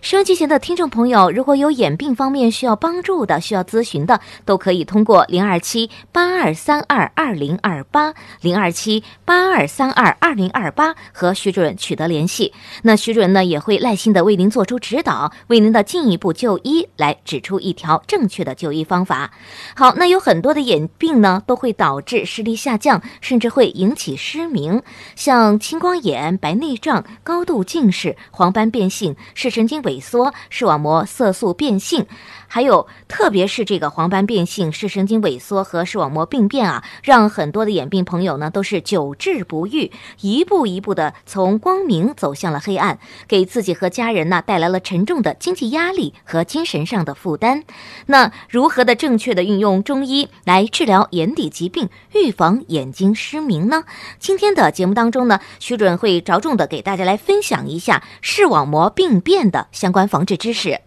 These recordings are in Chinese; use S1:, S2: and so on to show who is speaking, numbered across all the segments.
S1: 收音机前的听众朋友，如果有眼病方面需要帮助的、需要咨询的，都可以通过零二七八二三二二零二八零二七八二三二二零二八和徐主任取得联系。那徐主任呢，也会耐心的为您做出指导，为您的进一步就医来指出一条正确的就医方法。好，那有很多的眼病呢，都会导致视力下降，甚至会引起失明，像青光眼、白内障、高度近视、黄斑变性、视神经萎缩、视网膜色素变性，还有特别是这个黄斑变性、视神经萎缩和视网膜病变啊，让很多的眼病朋友呢都是久治不愈，一步一步的从光明走向了黑暗，给自己和家人呢带来了沉重的经济压力和精神上的负担。那如何的正确的运用中医来治疗眼底疾病，预防眼睛失明呢？今天的节目当中呢，徐主任会着重的给大家来分享一下视网膜病变的相关防治知识。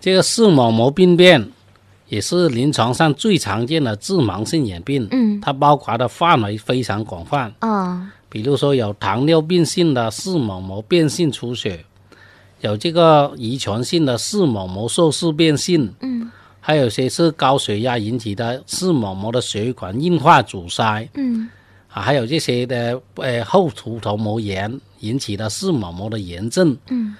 S2: 这个视网膜病变也是临床上最常见的致盲性眼病。
S1: 嗯，
S2: 它包括的范围非常广泛，
S1: 啊，
S2: 比如说有糖尿病性的视网膜变性出血，有这个遗传性的视网膜受视变性，
S1: 嗯
S2: 还有些是高血压引起的视网膜的血管硬化阻塞，
S1: 嗯
S2: 啊，还有这些的呃后突头膜炎引起的视网膜的炎症，
S1: 嗯，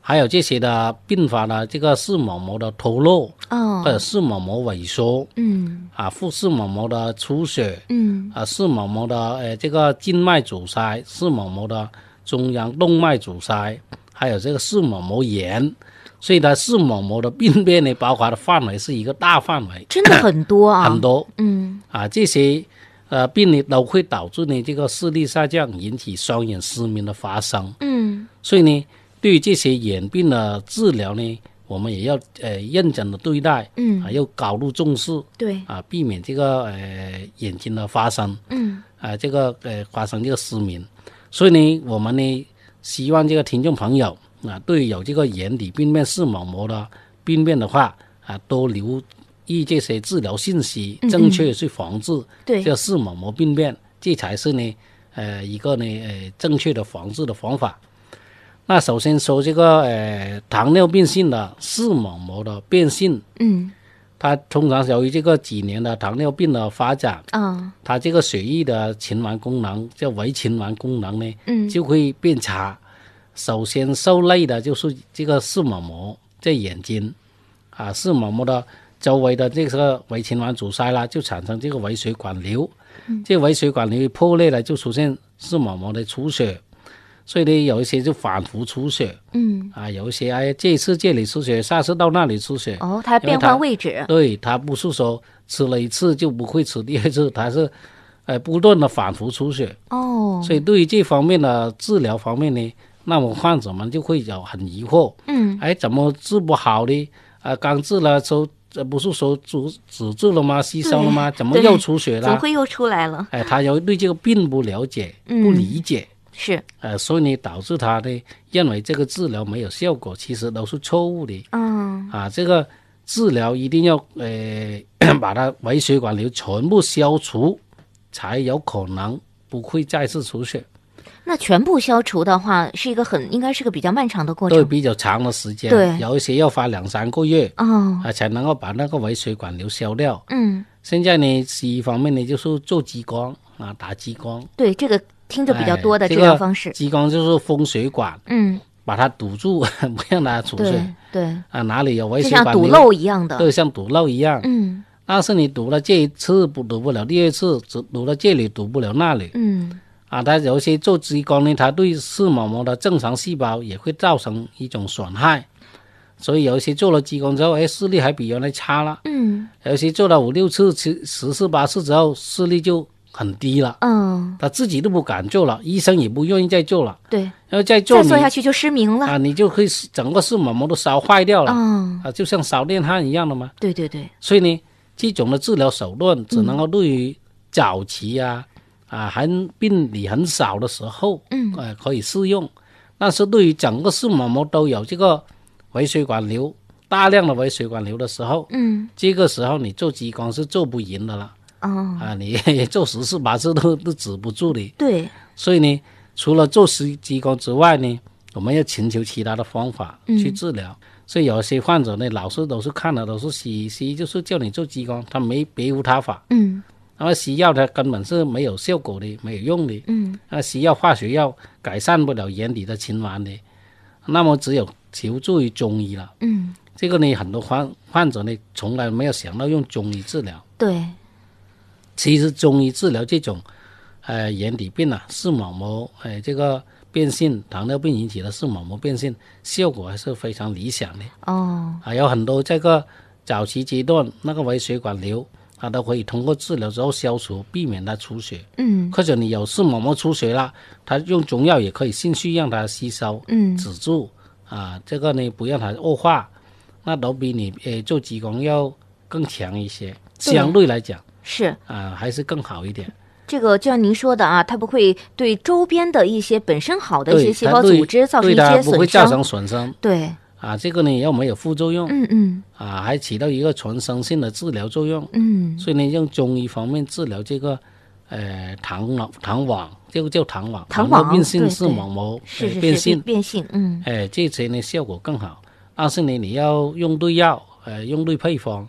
S2: 还有这些的并发的这个视网膜的脱落。或
S1: 哦，
S2: 者视网膜萎缩
S1: 嗯
S2: 啊，腹视网膜的出血
S1: 嗯
S2: 啊，视网膜的呃这个静脉阻塞，视网膜的中央动脉阻塞，还有这个视网膜炎。所以呢，视网膜的病变呢，包括的范围是一个大范围，
S1: 真的很多啊，
S2: 很，多
S1: 嗯
S2: 啊，这些呃病呢都会导致呢这个视力下降，引起双眼失明的发生。
S1: 嗯
S2: 所以呢，对于这些眼病的治疗呢，我们也要呃认真的对待，啊，
S1: 嗯，
S2: 要高度重视。
S1: 对，
S2: 啊，避免这个呃眼睛的发生
S1: 嗯
S2: 啊，这个呃发生这个失明。所以呢，我们呢希望这个听众朋友啊，对有这个眼底病变、视网膜的病变的话啊，多留意这些治疗信息，
S1: 嗯
S2: 正确地去防治
S1: 对
S2: 这，个视网膜病变，这才是呢呃一个呢呃正确的防治的方法。那首先说这个呃糖尿病性的视网膜的变性，
S1: 嗯
S2: 它通常由于这个几年的糖尿病的发展，
S1: 啊，
S2: 它这个血液的循环功能叫微循环功能呢，
S1: 嗯
S2: 就会变差。首先受累的就是这个视网膜，这眼睛啊，视网膜的周围的这个微循环阻塞啦，就产生这个微血管瘤。这微血管瘤一破裂了，就出现视网膜的出血，所以呢，有一些就反复出血
S1: 嗯，
S2: 啊，有一些哎，这次这里出血，下次到那里出血，
S1: 哦，它变换位置，
S2: 对，它不是说吃了一次就不会吃第二次，它是， 呃，不断的反复出血。
S1: 哦，
S2: 所以对于这方面的治疗方面呢，那么患者们就会有很疑惑，
S1: 嗯
S2: 哎，怎么治不好呢？啊，刚治了之后，这不是说阻止住了吗？吸收了吗？怎么
S1: 对
S2: 又出血
S1: 怎么
S2: 了？
S1: 会又出来了？
S2: 哎，他由于对这个并不了解、不
S1: 嗯
S2: 理解，
S1: 是，
S2: 呃，所以呢，导致他呢认为这个治疗没有效果，其实都是错误的。
S1: 嗯
S2: 啊，这个治疗一定要呃 把它微血管瘤全部消除，才有可能不会再次出血，
S1: 那全部消除的话，是一个很应该是个比较漫长的过
S2: 对
S1: 程。
S2: 比较长的时间，
S1: 对
S2: 有一些要花两三个月
S1: 哦，
S2: 啊才能够把那个微血管瘤消掉。
S1: 嗯，
S2: 现在呢，西医方面呢就是做激光啊，打激光，
S1: 对，这个听着比较
S2: 哎
S1: 多的
S2: 这
S1: 治疗
S2: 个
S1: 方式。
S2: 激光就是封血管，
S1: 嗯，
S2: 把它堵住， 不让它出
S1: 对
S2: 血
S1: 对，
S2: 啊，哪里有微
S1: 就
S2: 血
S1: 像
S2: 管
S1: 堵
S2: 瘤，
S1: 漏一样的。
S2: 对，像堵漏一样。
S1: 嗯
S2: 但是你读了这一次不读不了，第二次只读了这里读不了那里
S1: 嗯
S2: 啊。它有些做激光呢，它对视网膜的正常细胞也会造成一种损害，所以有一些做了激光之后，哎，视力还比原来差了；
S1: 嗯
S2: 有些做了五六次、十十次、八次之后，视力就很低了，
S1: 嗯，
S2: 他自己都不敢做了，医生也不愿意再做了，
S1: 对，
S2: 因为再做
S1: 再
S2: 你
S1: 做下去就失明了。
S2: 啊，你就会整个视网膜都烧坏掉了、
S1: 嗯，
S2: 啊，就像烧电焊一样的嘛。
S1: 对对对，
S2: 所以呢，这种的治疗手段只能够对于早期啊、啊还病理很少的时候，
S1: 嗯
S2: 呃，可以适用。但是对于整个视网膜都有这个微血管瘤，大量的微血管瘤的时候，
S1: 嗯，
S2: 这个时候你做激光是做不赢的了、
S1: 哦，
S2: 啊，你做十次八次都都止不住的。
S1: 对，
S2: 所以呢，除了做十激光之外呢，我们要寻求其他的方法去治疗。所以有些患者呢，老是都是看了都是西医，西医就是叫你做激光，他没别无他法。
S1: 嗯
S2: 那么西药它根本是没有效果的，没有用的。
S1: 嗯
S2: 那西药化学药改善不了眼底的痉挛的，那么只有求助于中医了。
S1: 嗯，
S2: 这个呢，很多患患者呢，从来没有想到用中医治疗。
S1: 对，
S2: 其实中医治疗这种，呃，眼底病啊，视网膜，呃，这个变性，糖尿病引起的视网膜变性，效果还是非常理想的。
S1: 哦，
S2: 还有很多这个早期阶段那个微血管瘤，啊它都可以通过治疗之后消除，避免它出血。
S1: 嗯
S2: 或者你有视网膜出血了，它用中药也可以迅速让它吸收，
S1: 嗯
S2: 止住啊，这个呢不让它恶化，那都比你呃做激光要更强一些，
S1: 对
S2: 相对来讲。
S1: 是
S2: 啊，还是更好一点。
S1: 这个，就像您说的啊，它不会对周边的一些本身好的一
S2: 对
S1: 些细
S2: 它
S1: 胞
S2: 对
S1: 组织造成
S2: 对
S1: 一
S2: 它
S1: 些
S2: 不
S1: 损
S2: 会造
S1: 伤。
S2: 成损伤
S1: 对，
S2: 啊，这个呢又没有副作用
S1: 嗯嗯
S2: 啊，还起到一个全身性的治疗作用。
S1: 嗯，
S2: 所以呢，用中医方面治疗这个呃糖脑糖网，这个叫糖网，
S1: 糖
S2: 尿
S1: 网
S2: 病性
S1: 对
S2: 视
S1: 对
S2: 网膜
S1: 是
S2: 呃
S1: 是
S2: 变
S1: 是
S2: 性，
S1: 变性，嗯
S2: 哎、这些呢效果更好。但是呢，你要用对药，呃，用对配方，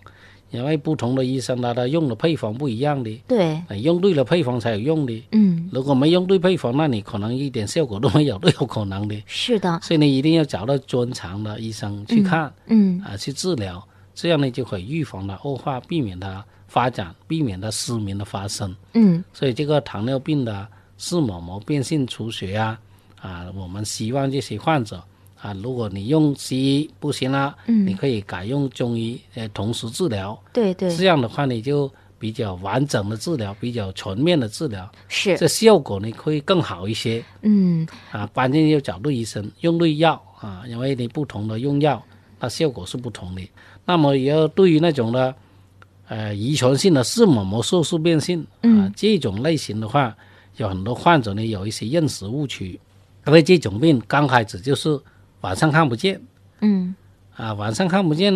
S2: 因为不同的医生他他用的配方不一样的，
S1: 对，
S2: 呃用对了配方才有用的。
S1: 嗯
S2: 如果没用对配方，那你可能一点效果都没有，都有可能 的。
S1: 是的，
S2: 所以你一定要找到专长的医生去看、
S1: 嗯
S2: 啊，去治疗，这样呢就可以预防它恶化，避免它发展，避免它失明的发生。
S1: 嗯
S2: 所以这个糖尿病的视网膜变性出血啊，啊，我们希望这些患者啊，如果你用西医不行啦、
S1: 嗯
S2: 你可以改用中医，呃，同时治疗。
S1: 对对
S2: 这样的话，你就比较完整的治疗，比较全面的治疗，
S1: 是，
S2: 这效果呢会更好一些。
S1: 嗯
S2: 啊，关键要找对医生，用对药啊，因为你不同的用药，它效果是不同的。那么也要对于那种的，呃，遗传性的视网膜色素变性啊、
S1: 嗯
S2: 这种类型的话，有很多患者呢有一些认识误区，因为这种病刚开始就是晚上看不见
S1: 嗯
S2: 啊，晚上看不见，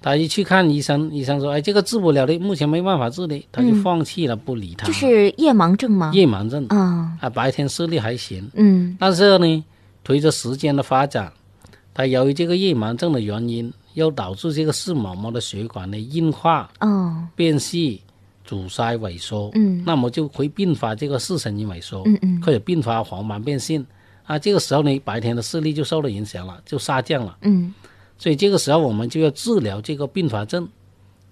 S2: 他一去看医生，医生说，哎，这个治不了的，目前没办法治的，他就
S1: 嗯
S2: 放弃了，不理他
S1: 就
S2: 了。
S1: 是夜盲症吗？
S2: 夜盲症
S1: 啊，
S2: 啊，白天视力还行。
S1: 嗯
S2: 但是呢，随着时间的发展，它由于这个夜盲症的原因，又导致这个视网膜的血管的硬化、
S1: 哦，
S2: 变细、阻塞、萎缩，
S1: 嗯
S2: 那么就会并发这个视神经萎缩，
S1: 嗯嗯
S2: 或者并发黄斑变性。啊，这个时候呢，白天的视力就受到影响了，就下降了。
S1: 嗯
S2: 所以这个时候我们就要治疗这个并发症，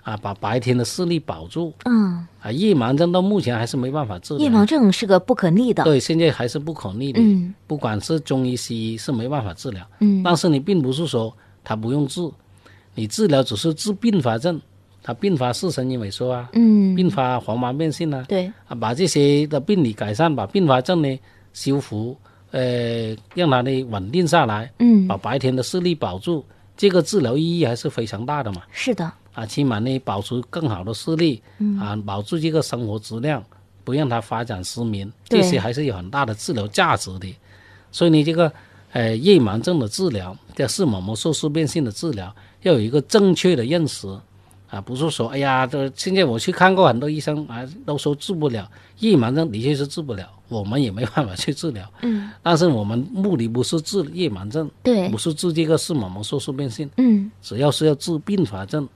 S2: 啊，把白天的视力保住。
S1: 嗯，
S2: 啊，夜盲症到目前还是没办法治疗。
S1: 夜盲症是个不可逆的。
S2: 对，现在还是不可逆的。
S1: 嗯
S2: 不管是中医、西医是没办法治疗。
S1: 嗯
S2: 但是你并不是说它不用治，你治疗只是治并发症，它并发视神经萎缩啊，
S1: 嗯，
S2: 并发黄斑变性啊，
S1: 对，
S2: 啊，把这些的病理改善，把并发症呢修复，呃，让它呢稳定下来，
S1: 嗯
S2: 把白天的视力保住，这个治疗意义还是非常大的嘛。
S1: 是的，
S2: 啊，起码呢保持更好的视力，
S1: 嗯
S2: 啊，保住这个生活质量，不让它发展失明，
S1: 对
S2: 这些还是有很大的治疗价值的。所以呢，这个呃夜盲症的治疗，叫视网膜色素变性的治疗，要有一个正确的认识。啊，不是说，哎呀，这现在我去看过很多医生啊，都说治不了夜盲症，的确是治不了，我们也没办法去治疗。
S1: 嗯，
S2: 但是我们目的不是治夜盲症，
S1: 对
S2: 不，是治这个视网膜色素变性，
S1: 嗯
S2: 只要是要治并发症，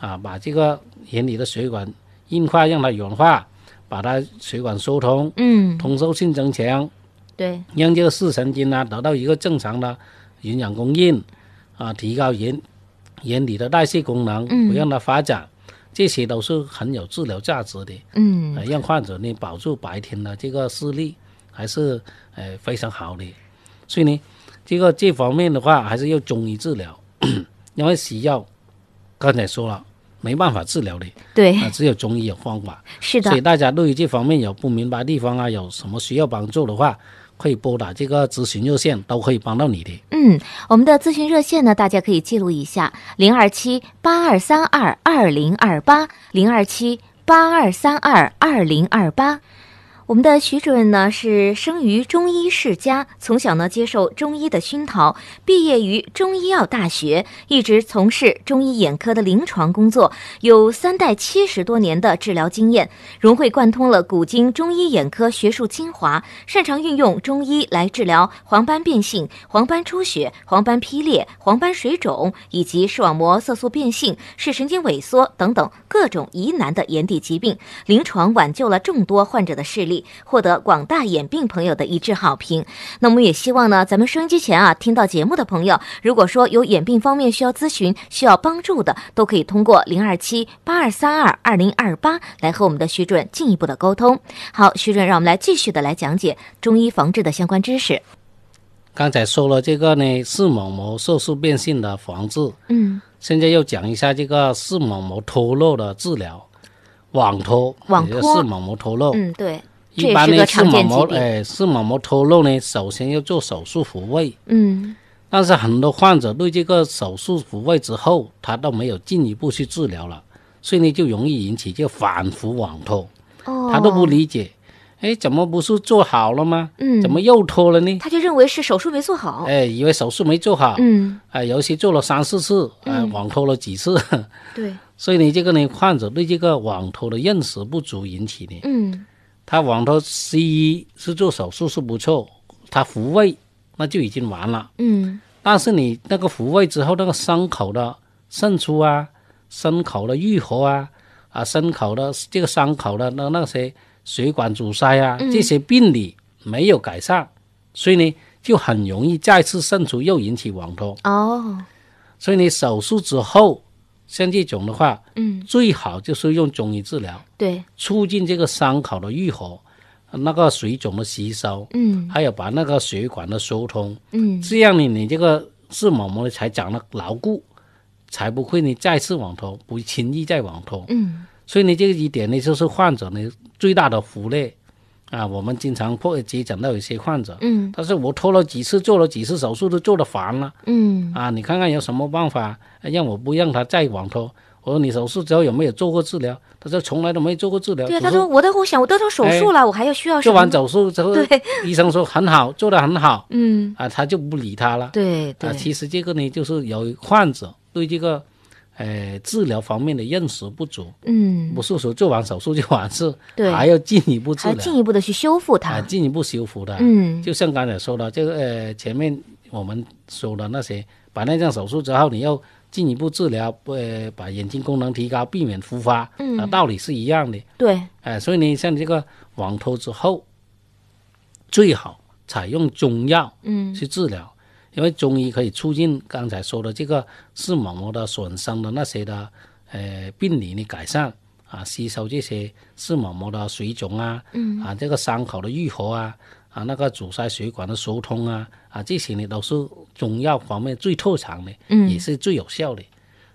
S2: 啊，把这个眼里的血管硬化让它软化，把它血管疏通，
S1: 嗯，
S2: 通透性增强，
S1: 对，
S2: 让这个视神经啊得到一个正常的营养供应，啊，提高眼眼底的代谢功能，
S1: 嗯
S2: 不让它发展，这些都是很有治疗价值的，
S1: 嗯
S2: 呃，让患者呢保住白天的这个视力，还是呃非常好的。所以呢，这个 这方面的话，还是要中医治疗，因为西药刚才说了，没办法治 疗的，
S1: 对，
S2: 啊，只有中医有方法。
S1: 是的
S2: 所以，大家对于这方面有不明白的地方啊，有什么需要帮助的话，可以拨打这个咨询热线，都可以帮到你的。
S1: 嗯，我们的咨询热线呢，大家可以记录一下：零二七八二三二二零二八，零二七八二三二二零二八。我们的徐主任呢是生于中医世家，从小呢接受中医的熏陶，毕业于中医药大学，一直从事中医眼科的临床工作，有三代七十多年的治疗经验，融会贯通了古今中医眼科学术精华，擅长运用中医来治疗黄斑变性、黄斑出血、黄斑劈裂、黄斑水肿以及视网膜色素变性、视神经萎缩等等各种疑难的眼底疾病，临床挽救了众多患者的视力，获得广大眼病朋友的一致好评。那我们也希望呢，咱们收音机前啊，听到节目的朋友，如果说有眼病方面需要咨询、需要帮助的，都可以通过零二七八二三二二零二八来和我们的徐主任进一步的沟通。好，徐主任，让我们来继续的来讲解中医防治的相关知识。
S2: 刚才说了这个呢，视网膜色素变性的防治，
S1: 嗯，
S2: 现在又讲一下这个视网膜脱落的治疗，网脱，
S1: 网
S2: 也就是
S1: 脱
S2: 视网膜脱落。
S1: 嗯，对，这
S2: 哦一
S1: 也
S2: 般
S1: 是
S2: 呢，
S1: 个
S2: 视
S1: 常
S2: 网
S1: 见疾
S2: 膜
S1: 病。
S2: 哎，视网膜脱落呢，首先要做手术复位，
S1: 嗯，
S2: 但是很多患者对这个手术复位之后，他都没有进一步去治疗了，所以呢就容易引起这个反复网脱，
S1: 哦，
S2: 他都不，理解，哎，怎么不是做好了吗？
S1: 嗯，
S2: 怎么又脱了呢？
S1: 他就认为是手术没做好。
S2: 哎，以为手术没做好，
S1: 嗯，
S2: 啊，尤其做了三四次，啊，网脱了几次，
S1: 对，
S2: 所以呢这个呢患者对这个网脱的认识不足引起的。
S1: 嗯，
S2: 他网脱西医是做手术是不错，他复位那就已经完了。
S1: 嗯，
S2: 但是你那个复位之后，那个伤口的渗出啊，伤口的愈合啊，啊，伤口的这个伤口的那那些血管阻塞啊，这些病理没有改善，所以呢，就很容易再次渗出，又引起网脱。
S1: 哦，
S2: 所以你手术之后，像这种的话，
S1: 嗯，
S2: 最好就是用中医治疗，
S1: 对，
S2: 促进这个伤口的愈合，那个水肿的吸收，
S1: 嗯，
S2: 还有把那个血管的疏通。
S1: 嗯，
S2: 这样呢，你这个视网膜才长得牢固，才不会你再次网脱，不轻易再网脱。
S1: 嗯，
S2: 所以呢，这一点呢，就是患者呢最大的忽略啊。我们经常会接诊到有些患者，
S1: 嗯，
S2: 他说我脱了几次，做了几次手术都做得烦了
S1: 嗯，
S2: 啊，你看看有什么办法哎让我不让他再网脱？我说你手术之后有没有做过治疗？他说从来都没做过治疗，
S1: 对啊，
S2: 只
S1: 他
S2: 是
S1: 说我都我想我都成手术了，我还要需要什
S2: 做哎完
S1: 么？
S2: 手术之 后，
S1: 对，
S2: 医生说很好，做得很好
S1: 嗯，
S2: 啊，他就不理他了。
S1: 对
S2: 啊，
S1: 对，
S2: 其实这个呢，就是有患者对这个，呃，治疗方面的认识不足，
S1: 嗯，
S2: 不是说做完手术就完事，
S1: 对
S2: 还要进一步治
S1: 还要
S2: 疗，
S1: 进一步的去修复
S2: 啊，
S1: 它。
S2: 进一步修复的。
S1: 嗯，
S2: 就像刚才说的，这个呃，前面我们说的那些，白内障手术之后，你要进一步治疗，呃，把眼睛功能提高，避免复发，
S1: 嗯
S2: 啊，道理是一样的。
S1: 对，
S2: 哎、所以呢，像这个网脱之后，最好采用中药，
S1: 嗯，
S2: 去治疗，因为中医可以促进刚才说的这个视网膜的损伤的那些的呃病理的改善啊，吸收这些视网膜的水肿啊，嗯，啊这个伤口的愈合啊，啊那个阻塞血管的疏通啊，啊这些呢都是中药方面最特长的，
S1: 嗯
S2: 也是最有效的，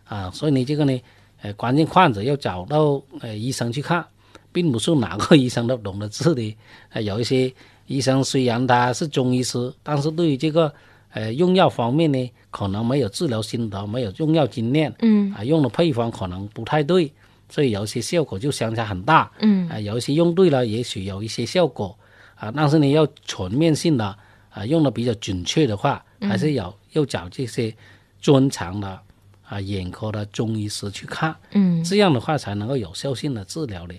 S2: 啊，所以你这个呢，呃，关键患者要找到呃医生去看，并不是哪个医生都懂得治的，呃，有一些医生虽然他是中医师，但是对于这个呃用药方面呢，可能没有治疗心得，没有用药经验，
S1: 嗯
S2: 啊，用的配方可能不太对，所以有些效果就相差很大。
S1: 嗯
S2: 啊，有一些用对了，也许有一些效果啊，但是你要全面性的啊，用的比较准确的话，还是要要找这些专长的啊眼科的中医师去看，
S1: 嗯，
S2: 这样的话才能够有效性的治疗的。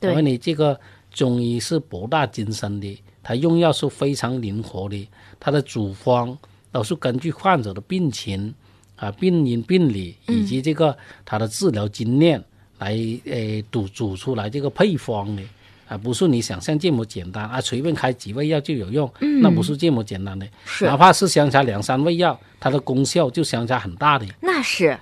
S2: 因为
S1: 对，
S2: 你这个中医是博大精深的，它用药是非常灵活的，它的处方都是根据患者的病情啊、病因、病理
S1: 嗯
S2: 以及这个他的治疗经验来呃组组出来这个配方的。啊，不是你想象这么简单啊！随便开几味药就有用，那不是这么简单的。
S1: 嗯是
S2: 哪，怕是相差两三味药，它的功效就相差很大的
S1: 那是，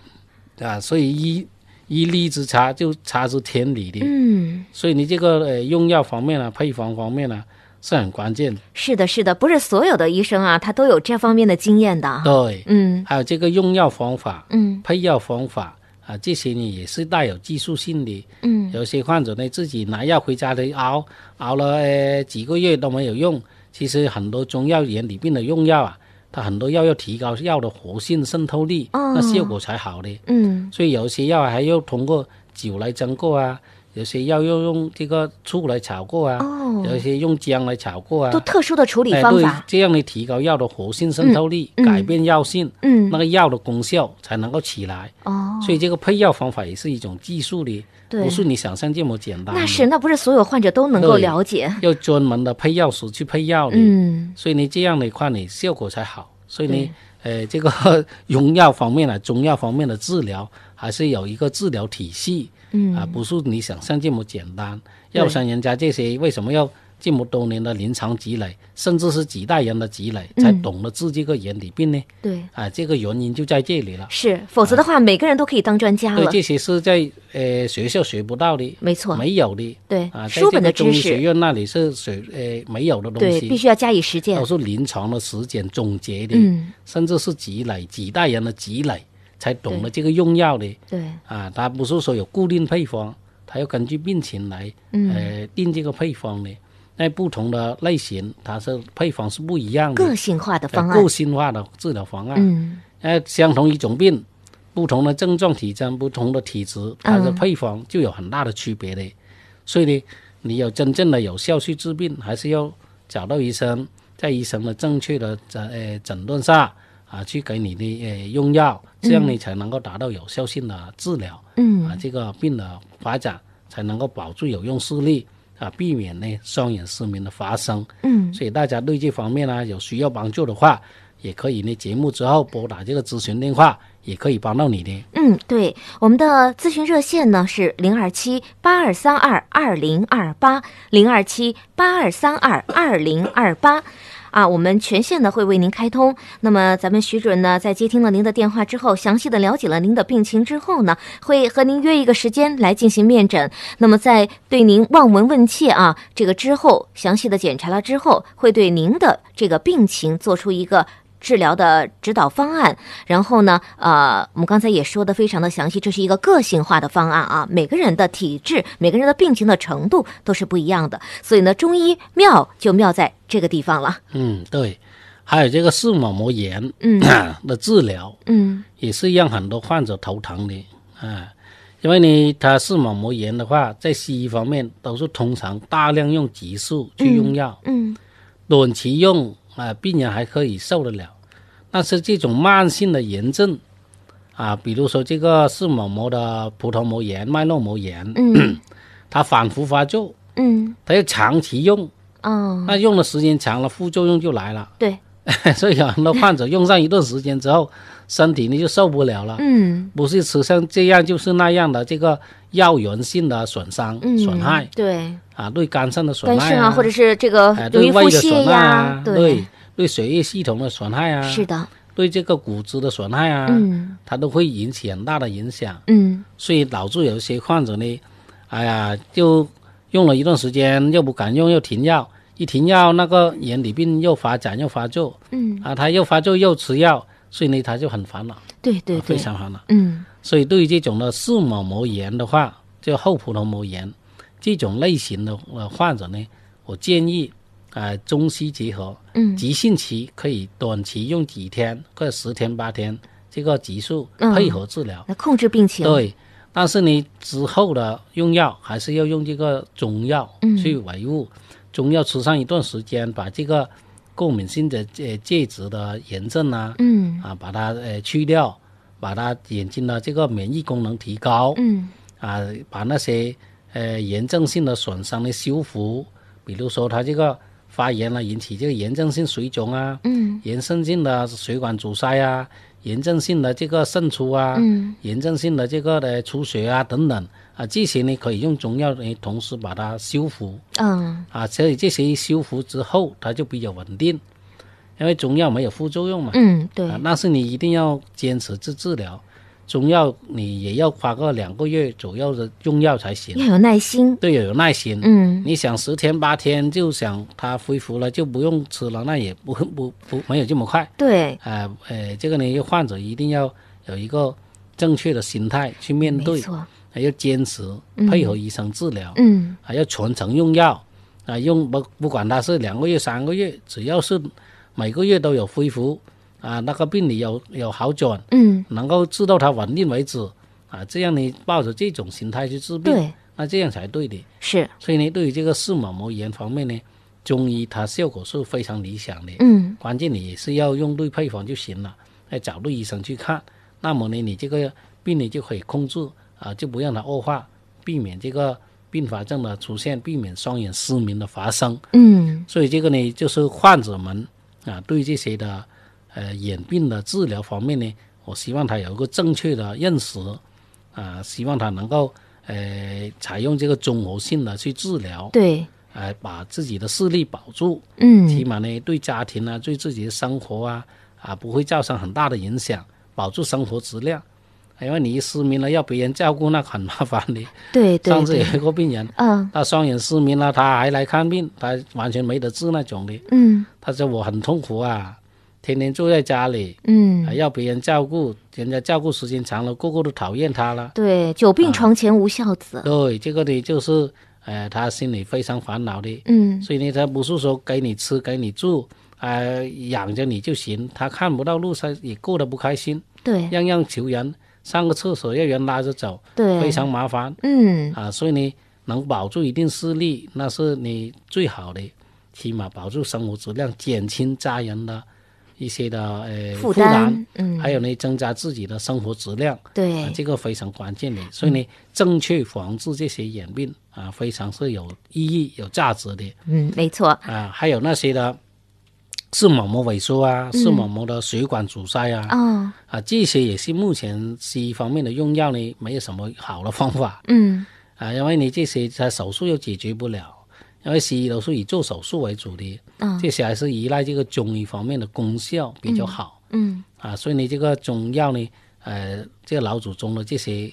S2: 啊！所以一一粒之差就差之天理的。
S1: 嗯，
S2: 所以你这个呃用药方面啊，配方方面啊是很关键的。
S1: 是的，是的，不是所有的医生啊，他都有这方面的经验的啊。
S2: 对，
S1: 嗯
S2: 还有这个用药方法、
S1: 嗯
S2: 配药方法啊、啊，这些呢也是带有技术性的。
S1: 嗯
S2: 有些患者呢自己拿药回家的熬，熬了、呃几个月都没有用。其实很多中药眼里面的用药啊，它很多药要提高药的活性、渗透力，
S1: 哦
S2: 那效果才好的。
S1: 嗯
S2: 所以有些药啊还要通过酒来蒸过啊，有些药要用这个醋来炒过啊，
S1: 哦，
S2: 有些用姜来炒过啊。
S1: 都特殊的处理
S2: 哎，
S1: 方
S2: 对
S1: 法，，
S2: 这样呢提高药的活性渗透力，
S1: 嗯嗯
S2: 改变药性，
S1: 嗯
S2: 那个药的功效才能够起来。
S1: 哦，
S2: 所以这个配药方法也是一种技术的，
S1: 对
S2: 不，是你想象这么简单的。
S1: 那是那不是所有患者都能够
S2: 对
S1: 了解，
S2: 要专门的配药师去配药的，
S1: 嗯
S2: 所以呢这样的话呢效果才好。所以
S1: 对
S2: 呢，呃，这个 用药方面啊，中药方面的治疗还是有一个治疗体系
S1: 嗯
S2: 啊，不是你想象这么简单。
S1: 对
S2: 要想人家这些为什么要这么多年的临床积累，甚至是几代人的积累，才
S1: 嗯
S2: 懂得治这个眼底病呢？
S1: 对，
S2: 啊，这个原因就在这里了。
S1: 是，否则的话每个人都可以当专家
S2: 啊对，
S1: 了，
S2: 这些是在呃学校学不到的，
S1: 没错，
S2: 没有的
S1: 对
S2: 啊，，在
S1: 书
S2: 这
S1: 本
S2: 个
S1: 的
S2: 中
S1: 知
S2: 医学
S1: 识，
S2: 院那里是学呃没有的东
S1: 对，
S2: 西，
S1: 必须要加以实践
S2: 都，是临床的实践总结的，
S1: 嗯，
S2: 甚至是积累几代人的积累才懂得这个用药的
S1: 对，
S2: 啊。它不是说有固定配方，它要根据病情来
S1: 嗯，
S2: 呃定这个配方的。那不同的类型，它是配方是不一样的，
S1: 个性化的
S2: 呃
S1: 方案
S2: 个，性化的治疗方案。
S1: 嗯，
S2: 呃，相同一种病，不同的症状体征、不同的体质，它的
S1: 嗯
S2: 配方就有很大的区别的。所以呢，你有真正的有效去治病，还是要找到医生，在医生的正确的诊呃诊断下啊，去给你的呃用药，这样你才能够达到有效性的治疗、
S1: 嗯
S2: 啊，这个病的发展才能够保住有用视力啊，避免呢双眼失明的发生。
S1: 嗯，
S2: 所以大家对这方面呢、有需要帮助的话，也可以呢节目之后拨打这个咨询电话，也可以帮到你的。
S1: 嗯，对，我们的咨询热线呢是零二七八二三二二零二八零二七八二三二二零二八。啊，我们全线呢会为您开通。那么，咱们徐主任呢，在接听了您的电话之后，详细的了解了您的病情之后呢，会和您约一个时间来进行面诊。那么，在对您望闻问切啊这个之后，详细的检查了之后，会对您的这个病情做出一个治疗的指导方案。然后呢，呃，我们刚才也说的非常的详细，这是一个个性化的方案啊，每个人的体质、每个人的病情的程度都是不一样的，所以呢，中医妙就妙在这个地方了。
S2: 嗯，对。还有这个视网膜炎
S1: 嗯
S2: 的治疗，
S1: 嗯
S2: 也是让很多患者头疼的啊。因为呢，它视网膜炎的话，在西医方面都是通常大量用激素去用药，
S1: 嗯
S2: 短期用啊，病人还可以受得了。但是这种慢性的炎症啊，比如说这个视网膜的葡萄膜炎、脉络膜炎，
S1: 嗯
S2: 它反复发作，
S1: 嗯
S2: 它要长期用，
S1: 哦，
S2: 那用的时间长了，副作用就来了。
S1: 对，
S2: 所以有很多患者用上一段时间之后，身体呢就受不了了，
S1: 嗯
S2: 不是吃上这样就是那样的这个药源性的损伤、
S1: 嗯，
S2: 损害
S1: 对
S2: 啊，对肝肾的损
S1: 肝
S2: 害
S1: 肾
S2: 啊，
S1: 啊，或者是这个
S2: 哎
S1: 容
S2: 对
S1: 易
S2: 胃
S1: 腹
S2: 的
S1: 泻
S2: 损害
S1: 呀
S2: 啊，，
S1: 对，
S2: 对血液系统的损害啊，
S1: 是的，
S2: 对这个骨质的损害啊，
S1: 嗯
S2: 它都会引起很大的影响。
S1: 嗯
S2: 所以导致有些患者呢，哎呀，就用了一段时间，又不敢用，又停药，一停药，那个眼底病又发展又发作
S1: 嗯，
S2: 啊，他又发作又吃药，所以呢，他就很烦恼，
S1: 对对
S2: 啊非
S1: 对，
S2: 常烦恼。
S1: 嗯
S2: 所以对于这种的视网膜炎的话，就后葡萄膜炎这种类型的呃患者呢，我建议啊、中西结合，
S1: 嗯
S2: 急性期可以短期用几天或者十天八天这个激素
S1: 嗯
S2: 配合治疗。
S1: 那控制病情，
S2: 对，但是你之后的用药还是要用这个中药
S1: 嗯
S2: 去维护，中药吃上一段时间，把这个过敏性的呃介质的炎症啊，
S1: 嗯
S2: 啊把它呃去掉，把它眼睛的这个免疫功能提高，
S1: 嗯
S2: 啊把那些呃炎症性的损伤的修复，比如说它这个发炎了引起这个炎症性水肿啊，
S1: 嗯
S2: 炎症性的血管阻塞啊，炎症性的这个渗出啊，
S1: 嗯
S2: 炎症性的这个的出血啊等等啊，这些呢可以用中药呢同时把它修复
S1: 嗯
S2: 啊，所以这些修复之后它就比较稳定，因为中药没有副作用嘛，
S1: 嗯，对
S2: 啊，，但是你一定要坚持治治疗，中药你也要花个两个月左右的用药才行，
S1: 要有耐心，
S2: 对，要有耐心。
S1: 嗯。
S2: 你想十天八天就想它恢复了就不用吃了，那也不不不没有这么快。
S1: 对，
S2: 啊，呃，这个呢，患者一定要有一个正确的心态去面
S1: 没
S2: 对，
S1: 错，
S2: 还要坚持
S1: 嗯
S2: 配合医生治疗，
S1: 嗯，
S2: 还要全程用药啊，用不不管他是两个月、三个月，只要是每个月都有恢复啊，那个病理有有好转，
S1: 嗯，
S2: 能够治到它稳定为止啊，这样你抱着这种心态去治病，
S1: 对，
S2: 那这样才对的。
S1: 是，
S2: 所以呢，对于这个视网膜炎方面呢，中医它效果是非常理想的。
S1: 嗯，
S2: 关键你是要用对配方就行了，哎，找对医生去看，那么呢，你这个病呢就可以控制啊，就不让它恶化，避免这个并发症的出现，避免双眼失明的发生。
S1: 嗯，
S2: 所以这个呢，就是患者们啊，对这些的呃眼病的治疗方面呢，我希望他有一个正确的认识啊，希望他能够呃采用这个综合性的去治疗，
S1: 对，
S2: 哎、把自己的视力保住，起
S1: 嗯，
S2: 码呢对家庭啊，对自己的生活啊啊不会造成很大的影响，保住生活质量。因为你一失明了，要别人照顾那很麻烦的。
S1: 对对
S2: 上次有
S1: 对，
S2: 一个病人，
S1: 嗯
S2: 他双眼失明了，他还来看病，他完全没得治那种的。
S1: 嗯
S2: 他说我很痛苦啊，天天坐在家里，还
S1: 嗯，
S2: 要别人照顾，人家照顾时间长了，个个都讨厌他了。
S1: 对，久病床前无孝子，
S2: 对，这个呢就是，呃，他心里非常烦恼的。
S1: 嗯，
S2: 所以呢，他不是说给你吃给你住，呃，养着你就行，他看不到路，他也过得不开心，
S1: 对
S2: 样样求人，上个厕所要人拉着走，
S1: 对，
S2: 非常麻烦。
S1: 嗯，
S2: 啊，所以呢，能保住一定视力，那是你最好的，起码保住生活质量，减轻家人的一些的呃
S1: 负
S2: 担，
S1: 担，嗯，
S2: 还有呢，增加自己的生活质量，啊
S1: 对，，嗯
S2: 这个非常关键的。所以呢，正确防治这些眼病啊，非常是有意义、有价值的
S1: 嗯，没错，
S2: 啊。还有那些的视网膜萎缩啊，视网膜的血管阻塞啊，
S1: 嗯哦，
S2: 啊，这些也是目前西医方面的用药呢，没有什么好的方法。
S1: 嗯，
S2: 啊，因为你这些他手术又解决不了，因为西医都是以做手术为主的，
S1: 啊，
S2: 这些还是依赖这个中医方面的功效比较好、
S1: 嗯，
S2: 啊，所以呢，这个中药呢，呃，这个老祖宗的这些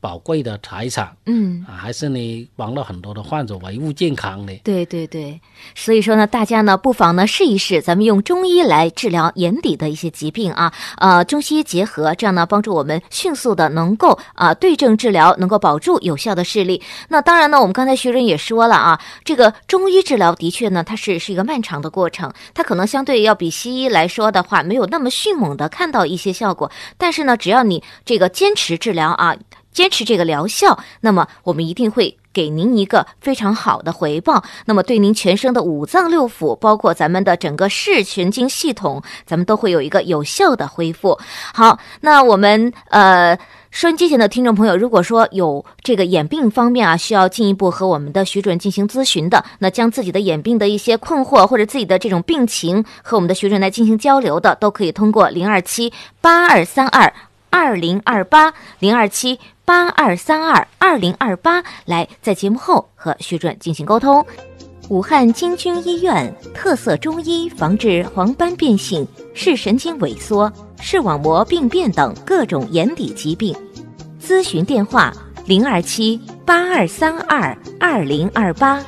S2: 宝贵的财产
S1: 嗯。
S2: 啊，还是呢帮了很多的患者维护健康的。
S1: 对对对，所以说呢，大家呢不妨呢试一试，咱们用中医来治疗眼底的一些疾病啊，呃，中西医结合，这样呢帮助我们迅速的能够啊、对症治疗，能够保住有效的视力。那当然呢，我们刚才徐仁也说了啊，这个中医治疗的确呢，它是是一个漫长的过程，它可能相对要比西医来说的话，没有那么迅猛的看到一些效果，但是呢，只要你这个坚持治疗啊，坚持这个疗效，那么我们一定会给您一个非常好的回报。那么对您全身的五脏六腑，包括咱们的整个视神经系统，咱们都会有一个有效的恢复。好，那我们呃。收音机前的听众朋友，如果说有这个眼病方面啊，需要进一步和我们的徐主任进行咨询的，那将自己的眼病的一些困惑或者自己的这种病情和我们的徐主任来进行交流的，都可以通过零二七八二三二二零二八零二七八二三二二零二八来在节目后和徐主任进行沟通。武汉京军医院特色中医防治黄斑变性、视神经萎缩、视网膜病变等各种眼底疾病。咨询电话：零二七八二三二二零二八，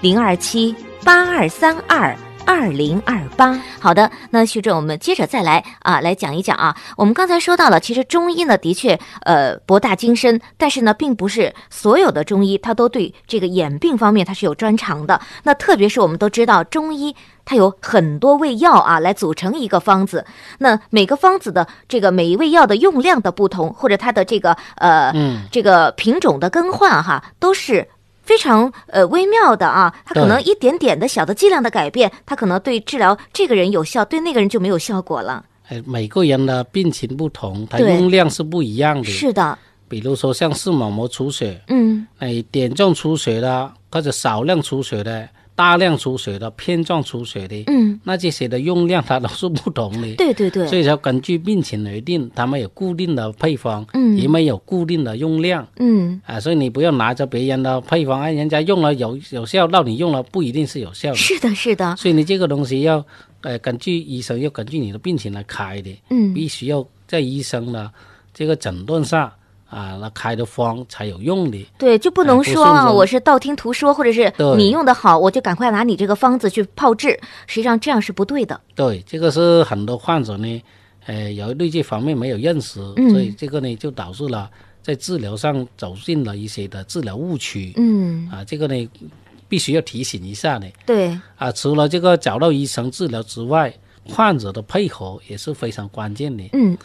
S1: 零二七八二三二。二零二八，好的，那徐主任，我们接着再来啊，来讲一讲啊。我们刚才说到了，其实中医呢，的确呃博大精深，但是呢，并不是所有的中医它都对这个眼病方面它是有专长的。那特别是我们都知道，中医它有很多味药啊，来组成一个方子。那每个方子的这个每一味药的用量的不同，或者它的这个呃、
S2: 嗯
S1: 这个品种的更换哈，都是。非常呃微妙的啊，它可
S2: 对
S1: 能一点点的小的剂量的改变，它可能对治疗这个人有效，对那个人就没有效果了。
S2: 呃，每个人的病情不同，它
S1: 对
S2: 用量是不一样的。
S1: 是的，
S2: 比如说像视网膜出血，
S1: 嗯
S2: 哎，点状出血的，或者少量出血的、大量出血的、片状出血的，
S1: 嗯，
S2: 那这些的用量它都是不同的。
S1: 对对对，
S2: 所以说根据病情而定，它们有固定的配方，
S1: 嗯
S2: 也没有固定的用量
S1: 嗯，
S2: 啊。所以你不要拿着别人的配方，哎，人家用了有有效，到你用了不一定是有效的。
S1: 是的，是的，
S2: 所以你这个东西要，呃，根据医生要根据你的病情来开的，
S1: 嗯
S2: 必须要在医生的这个诊断上啊，那开的方才有用的。
S1: 对，就不能
S2: 哎不
S1: 说
S2: 是
S1: 啊，
S2: 人
S1: 我是道听途说，或者是
S2: 对
S1: 你用的好，我就赶快拿你这个方子去炮制，实际上这样是不对的。
S2: 对，这个是很多患者呢，呃有对这方面没有认识，
S1: 嗯
S2: 所以这个呢就导致了在治疗上走进了一些的治疗误区。
S1: 嗯，
S2: 啊，这个呢必须要提醒一下呢。
S1: 对，
S2: 啊，除了这个找到医生治疗之外，患者的配合也是非常关键的，
S1: 嗯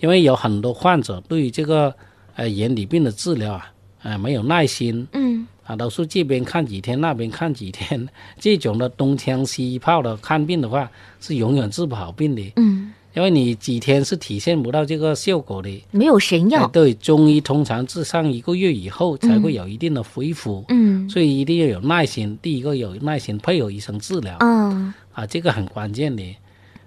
S2: 因为有很多患者对于这个呃眼底病的治疗啊，呃没有耐心
S1: 嗯
S2: 啊，都是这边看几天，那边看几天， 这种的东枪西炮的看病的话，是永远治不好病的，
S1: 嗯，
S2: 因为你几天是体现不到这个效果的。
S1: 没有神
S2: 哎
S1: 药，
S2: 对，中医通常治上一个月以后才会有一定的恢复。
S1: 嗯
S2: 所以一定要有耐心。第一个有耐心配合医生治疗
S1: 啊
S2: 啊，这个很关键的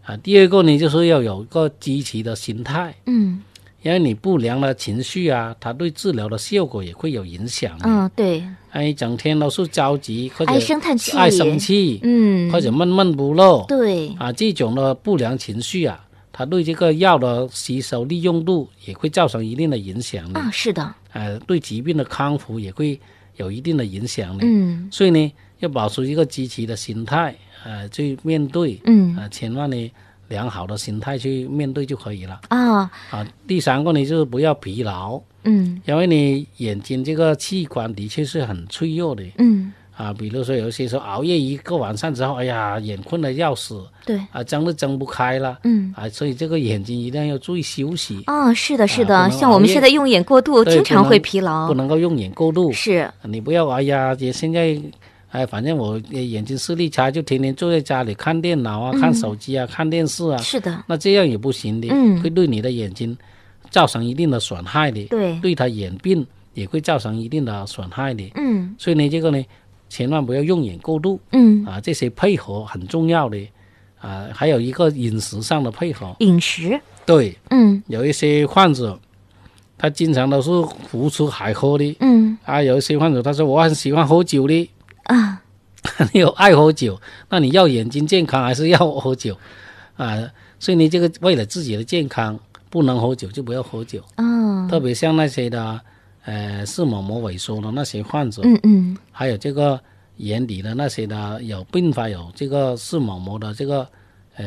S2: 啊。第二个呢，就是要有一个积极的心态，
S1: 嗯
S2: 因为你不良的情绪啊，它对治疗的效果也会有影响的。
S1: 嗯，对，
S2: 哎，整天都是着急或者
S1: 唉声叹气，
S2: 爱生气，
S1: 嗯，
S2: 或者闷闷不乐
S1: 对，
S2: 啊，这种的不良情绪啊，它对这个药的吸收利用度也会造成一定的影响的，
S1: 啊，是的，
S2: 呃，对疾病的康复也会有一定的影响的。
S1: 嗯
S2: 所以呢，要保持一个积极的心态，呃，去面对，
S1: 嗯
S2: 呃，千万呢良好的心态去面对就可以了。
S1: 啊
S2: 啊，第三个呢就是不要疲劳，
S1: 嗯
S2: 因为你眼睛这个器官的确是很脆弱的
S1: 嗯，
S2: 啊，比如说有些时候熬夜一个晚上之后，哎呀，眼困得要死
S1: 对，
S2: 啊，睁都睁不开了
S1: 嗯。
S2: 啊，所以这个眼睛一定要注意休息，
S1: 啊，是的，是
S2: 啊
S1: 的，
S2: 不能
S1: 像我们
S2: 熬夜
S1: 现在用眼过度，
S2: 对
S1: 经
S2: 不
S1: 常
S2: 能
S1: 会疲劳
S2: 不。能够用眼过度。
S1: 是，
S2: 你不要哎呀，也现在哎，反正我呃眼睛视力差，就天天坐在家里看电脑啊、看手机啊、看电视啊，
S1: 嗯是的，
S2: 那这样也不行的，
S1: 嗯
S2: 会对你的眼睛造成一定的损害的，
S1: 对，
S2: 对他眼病也会造成一定的损害的。
S1: 嗯
S2: 所以呢，这个呢，千万不要用眼过度
S1: 嗯，
S2: 啊，这些配合很重要的啊，还有一个饮食上的配合，
S1: 饮食，
S2: 对，
S1: 嗯
S2: 有一些患者他经常都是胡吃海喝的。
S1: 嗯
S2: 啊，有一些患者他说我很喜欢喝酒的，
S1: 啊，
S2: 你有爱喝酒，那你要眼睛健康还是要喝酒啊？所以你这个为了自己的健康，不能喝酒就不要喝酒。
S1: 啊，
S2: 特别像那些的呃视网膜萎缩的那些患者，
S1: 嗯嗯
S2: 还有这个眼底的那些的有并发有这个视网膜的这个呃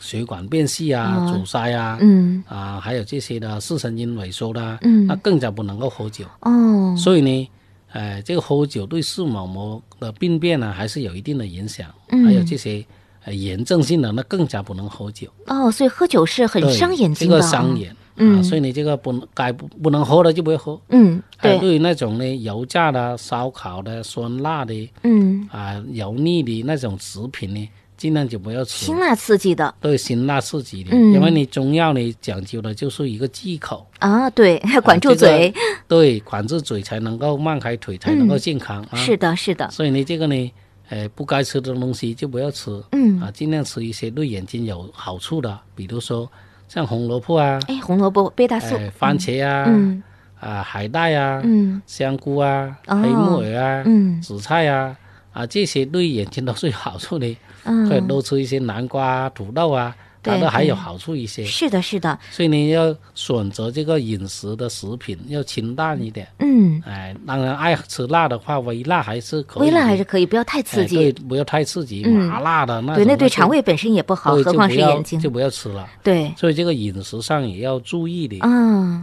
S2: 血管变细啊、
S1: 哦
S2: 阻塞啊。
S1: 嗯，
S2: 啊，还有这些的视神经萎缩的，
S1: 嗯
S2: 那更加不能够喝酒。
S1: 哦，
S2: 所以呢，呃，这个喝酒对视网膜的病变呢，还是有一定的影响。
S1: 嗯
S2: 还有这些呃炎症性的，那更加不能喝酒，
S1: 哦，所以喝酒是很
S2: 对
S1: 伤眼睛
S2: 这
S1: 的，
S2: 个伤，眼。
S1: 嗯
S2: 啊，所以你这个不能该不不能喝的就不要喝。
S1: 嗯，
S2: 还有
S1: 对，
S2: 哎对于那种呢油炸的、烧烤的、酸辣的
S1: 嗯，
S2: 啊、油腻的那种食品呢，尽量就不要吃
S1: 辛。辣刺激的
S2: 对辛辣刺激的，
S1: 嗯
S2: 因为你中药呢讲究的就是一个忌口，啊
S1: 啊，对，管住
S2: 这个
S1: 嘴，
S2: 对，管住嘴才能够迈开腿，才能够
S1: 嗯
S2: 健康、啊。
S1: 是的，是的，
S2: 所以呢，这个呢，呃，不该吃的东西就不要吃
S1: 嗯，
S2: 啊，尽量吃一些对眼睛有好处的，比如说像红萝卜啊，
S1: 哎，红萝卜、贝塔素
S2: 呃，，番茄啊，
S1: 嗯
S2: 啊，海带啊，
S1: 嗯
S2: 香菇啊，
S1: 哦
S2: 黑木耳啊，
S1: 嗯
S2: 紫菜啊，啊，这些对眼睛都是有好处的，可以
S1: 嗯，
S2: 多吃一些南瓜、啊、土豆啊。
S1: 对
S2: 它都还有
S1: 对
S2: 好处一些，
S1: 是的，是的，
S2: 所以呢，要选择这个饮食的食品要清淡一点。
S1: 嗯，
S2: 哎，当然爱吃辣的话，微辣还是可以的。
S1: 微辣还是可以，不要太
S2: 哎
S1: 刺激，
S2: 对，不要太刺激，
S1: 嗯
S2: 麻哎辣的那
S1: 对，那对肠
S2: 胃
S1: 胃本身也不好，何况是眼睛
S2: 就，不要吃了。
S1: 对，
S2: 所以这个饮食上也要注意的
S1: 啊，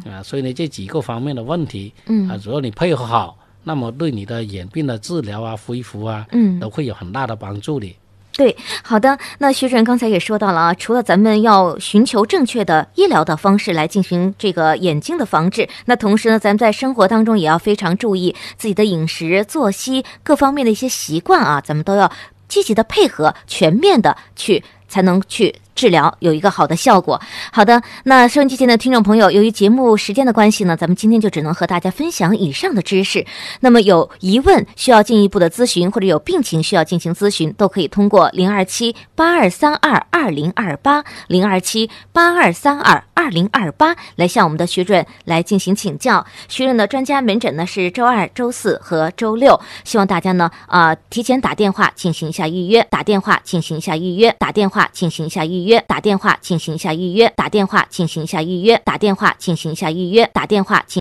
S2: 啊。所以呢，这几个方面的问题
S1: 嗯
S2: 啊，只要你配合好，那么对你的眼病的治疗啊、恢复啊，
S1: 嗯。
S2: 都会有很大的帮助的。
S1: 对，好的。那徐主任刚才也说到了啊，除了咱们要寻求正确的医疗的方式来进行这个眼睛的防治，那同时呢，咱们在生活当中也要非常注意自己的饮食、作息各方面的一些习惯啊，咱们都要积极的配合，全面的去才能去。治疗有一个好的效果。好的，那收音机前的听众朋友，由于节目时间的关系呢，咱们今天就只能和大家分享以上的知识。那么有疑问需要进一步的咨询，或者有病情需要进行咨询，都可以通过零二七八二三二二零二八零二七八二三二二零二八来向我们的徐主任来进行请教。徐主任的专家门诊呢是周二、周四和周六，希望大家呢啊、呃提前打电话进行一下预约，打电话进行一下预约，打电话进行一下预约，打电话进行一下预约，打电话进行一下预约，打电话进行一下预约，打电话进。